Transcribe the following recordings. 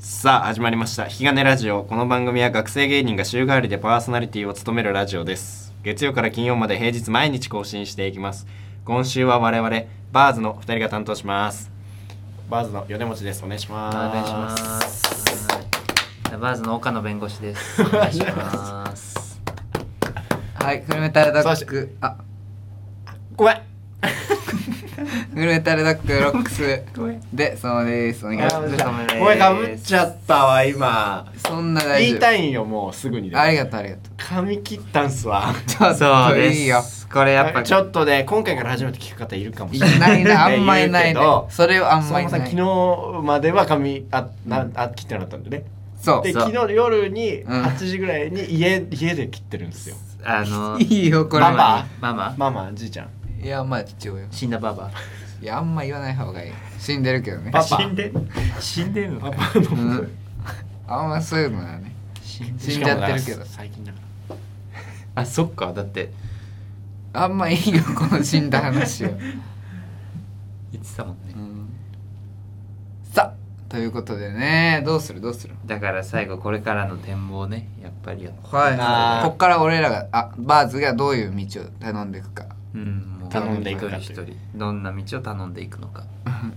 さあ始まりました「引き金ラジオ」この番組は学生芸人が週替わりでパーソナリティを務めるラジオです月曜から金曜まで平日毎日更新していきます今週は我々バーズの2人が担当しますバーズの米持ですお願いしおます願いします。はいバーズの岡野弁護士です。お願いします。はい、グルメタレドそッしグ、あ、ごめんグルメタレドッグロックスごめんで、そのです。お願いしあまお疲れ様ですごめんかぶっちゃったわ今す。そんな大言丈い夫。たいんよもうすぐにでもありがとう、ありがと髪切ったんすわう。ちょっそうとです。いいよ。これやっぱちょっとね今回から初めて聞く方いるかもしいれないないな、あんまいな言いうねけど。それをあんま相い馬さんな昨い。日までは髪あなあ切ってなかったんでねそでう。そう昨日夜にん8時ぐらいに家,、家で切ってるんですよあのいいよ、これママは。ママママじいちゃんいや、まあ、父親。死んだババいや、あんま言わない方がいい。死んでるけどね。パパ死んで死んでんのパか パの、うんあんまそういうのはね。死んで死んじゃってるけどしかもな最近だかあそっかだってあんまいいよ、この死んだ話を。言ってたもんねうんさあ、ということでね、どうする、どうする。だから最後これからの展望ねやっぱりやっあーこっから俺らがあバーズがどういう道を頼んでいくか うんもう頼んでいくか一人一人どんな道を頼んでいくのか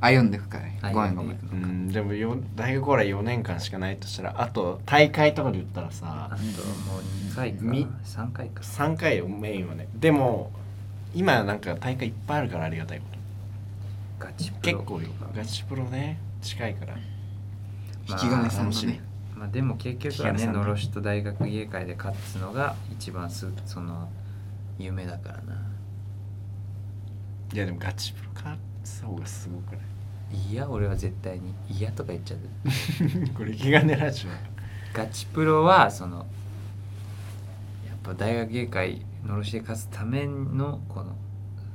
歩んでいくからねごめんご歩めでいんくらうのかんでもよ大学ほら4年間しかないとしたらあと大会とかで言ったらあさともう2回かみ3回か3回よメインはねでも今なんか大会いっぱいあるからありがたいことガチプロ結構よガチプロね近いからま引あき金さんの楽しみねまあでも結局は木原ねさんねのろしと大学芸会で勝つのが一番すその夢だからないやでもガチプロ勝つ方がすごくないいや俺は絶対に嫌とか言っちゃう これ気がねラジガチプロはそのやっぱ大学芸会のろしで勝つためのこの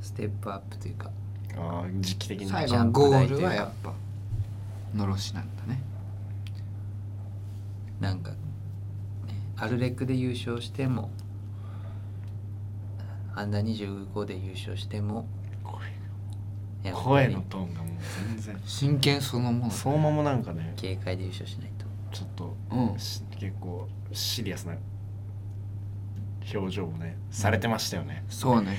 ステップアップというかオああ時期的に最後のゴールはやっぱのろしなんだねなんか、ね、アルレクで優勝してもアンダー25で優勝してもやっぱ声りのトーンがもう全然真剣そのもの相馬もなんかね芸会で優勝しないとちょっとうんし結構シリアスな表情もねされてましたよねそうね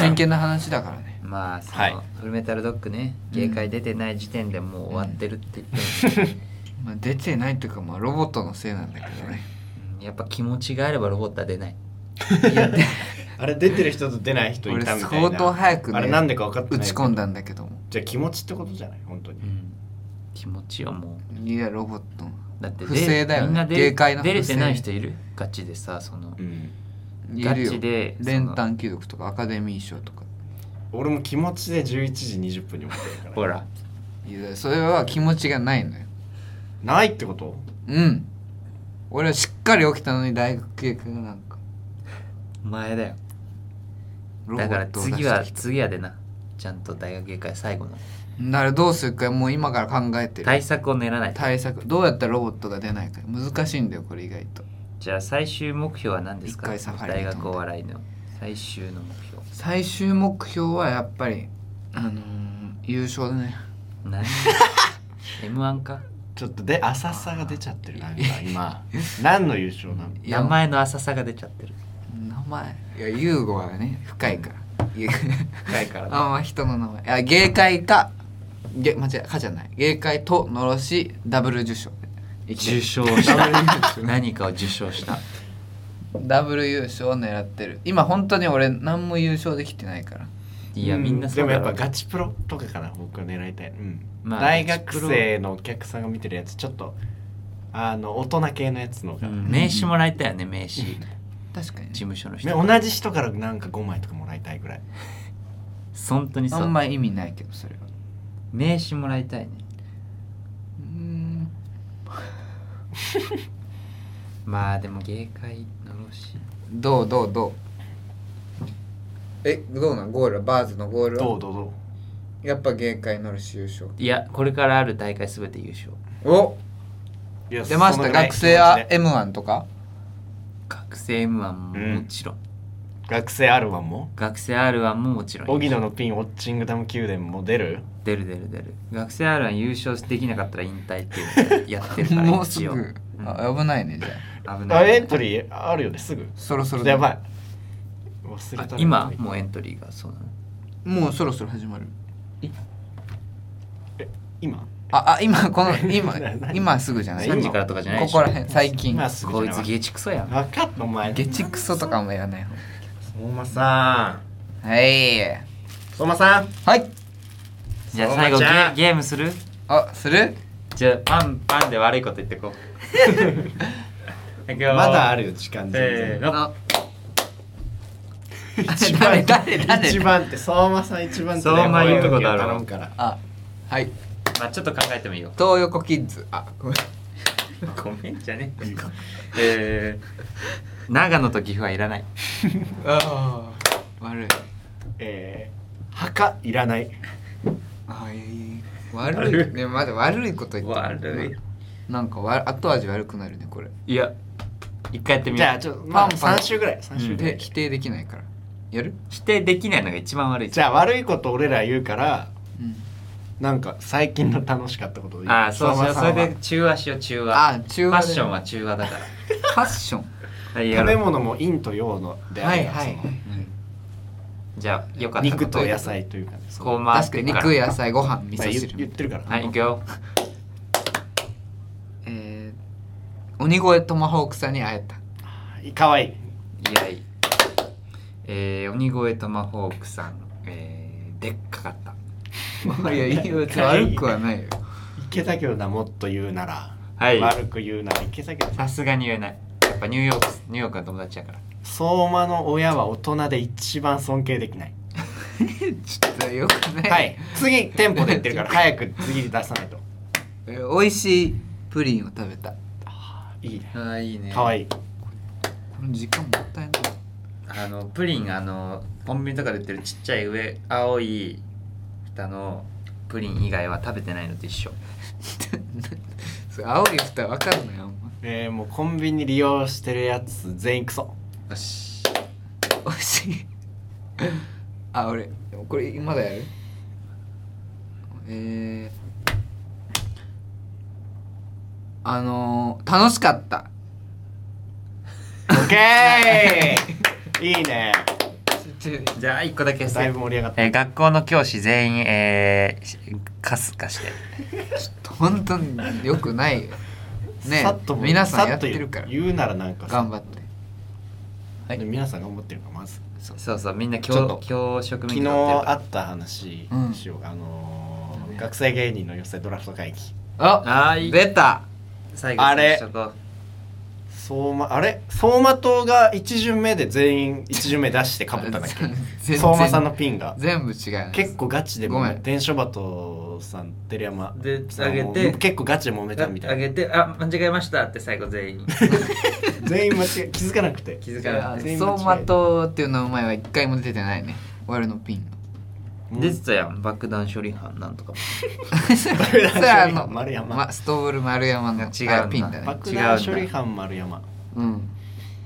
真剣な話だからねまあその、はいフルメタルドッグねうん芸会出てない時点でもう終わってるっ て言ってましたね、まあ出てないというかまあロボットのせいなんだけどねうんやっぱ気持ちがあればロボットは出ないあれ出てる人と出ない人い 俺たみたいな相当早くねあれなんでか分かって打ないち込んだんだけどもじゃあ気持ちってことじゃない本当に気持ちをもいやロボットのうだって不正だよねみんな出芸会の不出正れてない人いるガチでさそのうんいるガチでそよの練炭貴族とかアカデミー賞とか俺も気持ちで11時20分に起きてるからほらいやそれは気持ちがないのよないってことうん俺はしっかり起きたのに大学系がなんかお前だよロボだからットを出してき次たは次はでなちゃんと大学芸会最後のならどうするかもう今から考えてる対策を練らないと対策どうやったらロボットが出ないか難しいんだよこれ意外とじゃあ最終目標は何ですか一回サファリに大飛んで学お笑いの最終の目標最終目標はやっぱりあのー優勝だね 何 M1 かちょっとで浅さが出ちゃってるなんか 今何の優勝なの いや名前の浅さが出ちゃってる名前いや優吾はね深いから、いや深いからねあんま人の名前いや芸会かげ間違えかじゃない芸会とのろしダブル受賞で受賞 した何かを受賞したダブル優勝を狙ってる今本当に俺何も優勝できてないからいやうみんなでそうもだやろっうぱガチプロとかかな僕は狙いたい、うんまあ大学生のお客さんが見てるやつちょっとあの大人系のやつのうが、ん名刺もらいたいよね名刺事確かに務所の人ね同じ人からなんか5枚とかもらいたいぐらい本当にそあうんま意味ないけどそれは名刺もらいたいねうーんまあでも芸会のろしどうどうどうえどうなんゴールはバーズのゴールはどうどうどやっぱ芸界のるし優勝いやこれからある大会すべて優勝おういや出ましそのたぐらい学生は気持ちで M1 とか学生 M1 もうんもちろん、学生 R1 も学生 R1 ももちろん荻野のピンウォッチングダム宮殿も出る出る出る出る学生 R1 優勝できなかったら引退っていうのをやって るからもうす一応ぐうんあ危ないねじゃ危あないエントリーあるよねすぐあそろそろやばい忘れあた今もうエントリーがそうなのもうそろそろ始まる今ああ今 この今何今すぐじゃない今3時からとかじゃないこでしこょら辺最近今すぐこいじゃつないゲチクソやん分かったお前ゲチクソとかも言わない方相馬さがはいん相馬さんはいじゃあ最後そうゲじゃんゲームするあするじゃあパンパンで悪いこと言ってこ ういくよまだあるよ時間せー全然のあ一番誰誰誰一番って相馬さん一番って相馬言うことだろ頼むからあはいまあちょっと考えてもいいよ 東横キッズあごめんごめんじゃねえよ えー、長野と岐阜はいらないああ悪いえー墓いらないあいい悪いねまだ悪いこと言ってる悪なんかわ後味悪くなるねこれいいや一回やってみじよゃあうちょっとまあパンパン3週ぐらい三週ぐらでい否定できないからやる否定できないのが一番悪いじゃあ悪いこと俺ら言うからうんなんか最近の楽しかったことでいいああそうそう相馬そされんはで中和しよう中和あ中ファ和ッでションは中和だからファッションはいや食べろう物も陰と陽のであはるいからはいそのじゃあよかった肉と野菜というかねこう回っ確かてにくから肉野菜ご飯味まあ言噌言っ汁てるからはい行くよえー鬼越トマホークさんに会えたかわいいいやいえー、鬼越トマホークさん、えー、でっかかったいやいいよ別に悪くはないよいけたけどなもっと言うなら、はい悪く言うならいけたけどさすがに言えないやっぱニューヨークニューヨークの友達やから相馬の親は大人で一番尊敬できないちょっとよくない、はい次店舗で言って るから早く次出さないとえー美味しいプリンを食べたいいねあーいいねかわいいいこの時間もったいないあのプリンあのコンビニとかで売ってるちっちゃい上青い蓋のプリン以外は食べてないのと一緒それ青い蓋わかんないあんまえー、もうコンビニ利用してるやつ全員ク ソよし美味しいあ俺でもこれまだやるえー、あのー、楽しかったオッケーいいねじゃあ一個だけだいぶ盛り上がったえー学校の教師全員、えーしカスカして本当によくないよねさっとも皆さんさやっっとて言うるから言うならなんかさ頑張ってはいで皆さんが思ってるからまずそうそうみんなちょっ教と教職昨免日許取ってるからあった話しよう、あのー何学生芸人の寄せドラフト会議ああーい出た最後あれそこ相馬あれ相馬党が1巡目で全員1巡目出してかぶったんだっけ 全然相馬さんのピンが全部違う結構ガチでごめん電書バトさん照山でさんあげもて結構ガチで揉めたみたあいなげてあ間違えましたって最後全 員全員間違え気づかなくて気づかなかっ全員間違え相馬とっていう名前は一回も出てないね俺 のピンのたうん出てたやん爆弾処理班なんとか爆弾それあの丸山ま、ストーブル丸山の違うんだあれピンだね、爆弾処理班丸山うん、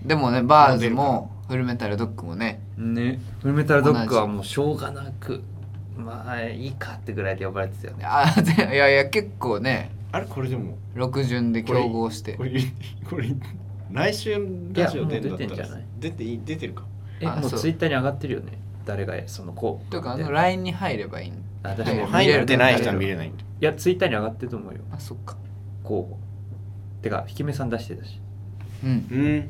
でもねバーモデズルかもフルメタルドッグもねねフルメタルドッグはもうしょうがなくまあいいかってぐらいで呼ばれてたよねあ でいやいや結構ねあれこれでも6巡で競合してこれ言ってこれ言って来週ラジオ出るんだったいやもう出てんじゃらない出ていい出てるかえあもうそうツイッターに上がってるよね誰がその子というかあでの LINE に入ればいいのあで確かもに入入れっるてない人は見れないんだいやツイッターに上がってると思うよあそっかこうてかひきめさん出してたしうんうん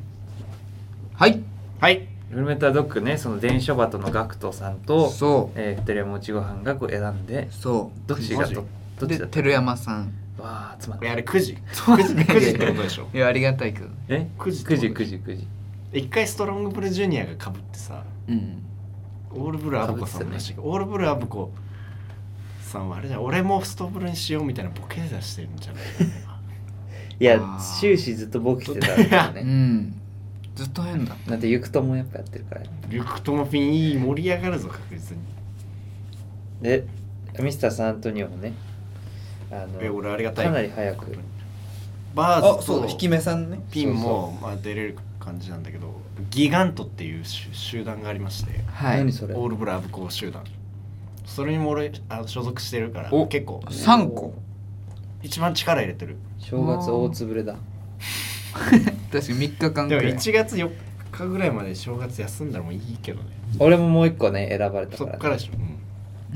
はいはいフルメタルドッグねその電書バトのガクトさんとそうえー、テレモチご飯がこう選んでそうどっちがマジとどっちでだった照山さんわあつまんこれないあれ9時そう9時9時ってことでしょ いやありがたいけどねえ9時九時九時九時一回ストロングブルジュニアがかぶってさうんオールブルアブコさんも出してオールブルアブコさんはあれじゃん俺もストブルにしようみたいなボケ出してるんじゃないいやあー終始ずっとボケてたんだよ うんずっと変だなんて行くともやっぱやってるからねリュックともピンいい盛り上がるぞ確実にでミスターサンアントニオもねあのえ俺ありがたいかなり早くバーあズそうとだ引き目さんねピンもまあ出れる感じなんだけどギガントっていう集集団がありましてはい何それオールブラブ校集団それにも俺あ所属してるからお結構3個一番力入れてる正月大つぶれだ確かに3日間でくもらい1月4日ぐらいまで正月休んだらもういいけどね俺ももう一個ね選ばれたかそら,、っね、からでしょ、うん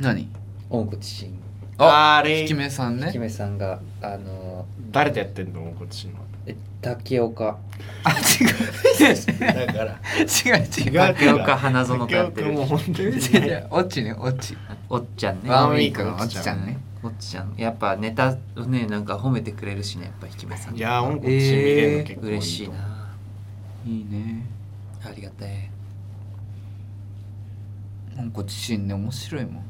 何大口真あひれきめさんね姫さんがあの誰とやってんのこっちのえ竹岡あ違うだから違う違違うう竹岡花園とやって竹る岡も本当に違う違うオッチねオッチおっちゃんねワンウィークのオッチちゃんねおっちゃんやっぱネタをねなんか褒めてくれるしねやっぱひきめさんいやー音楽見れるの結構いいと思う嬉しいないいねありがたいなんか自身ね面白いもん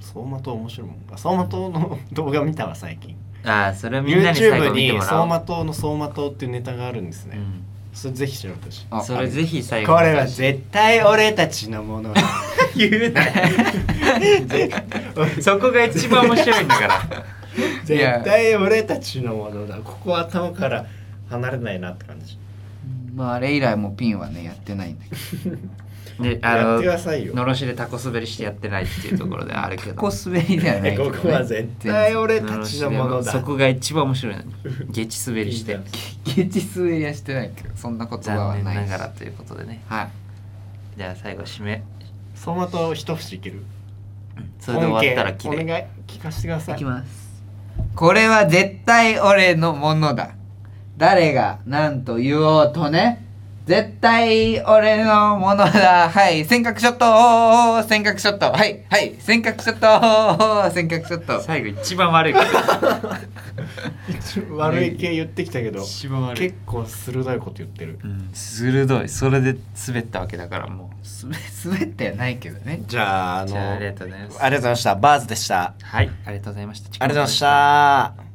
相馬灯面白いもん相馬灯の動画見たわ最近ああそれはみんなに最後 YouTube 見てにもら相おう馬灯の相馬灯っていうネタがあるんですね、うんそれぜひ調べてほしいあそれぜひ最後これは絶対俺たちのもの言うなそこが一番面白いんだから 絶対俺たちのものだここは頭から離れないなって感じまああれ以来もピンはねやってないんだけどねあやってくだのさいよのろしでタコ滑りしてやってないっていうところであるけどここ滑りではないけど、こね、こは絶対俺たちのものだそこが一番面白いのにゲチ滑りしてゲチ滑りはしてないけどそんな言葉は残ない念なしがらということでねはいじゃあ最後締め相馬灯一節いけるそれで終わったら綺本家お麗願い聞かせてくださいいきますこれは絶対俺のものだ誰が何と言おうとね絶対俺のものだはい尖閣諸島尖閣諸島はいはい尖閣諸島尖閣諸島最後一番悪いこと 悪い系言ってきたけど一番悪い結構鋭いこと言ってるうん鋭いそれで滑ったわけだからも滑 滑ってはないけどねじゃああうのじゃあありがととうございうますございましたバーズでしたはいありがとうございましたありがとうございました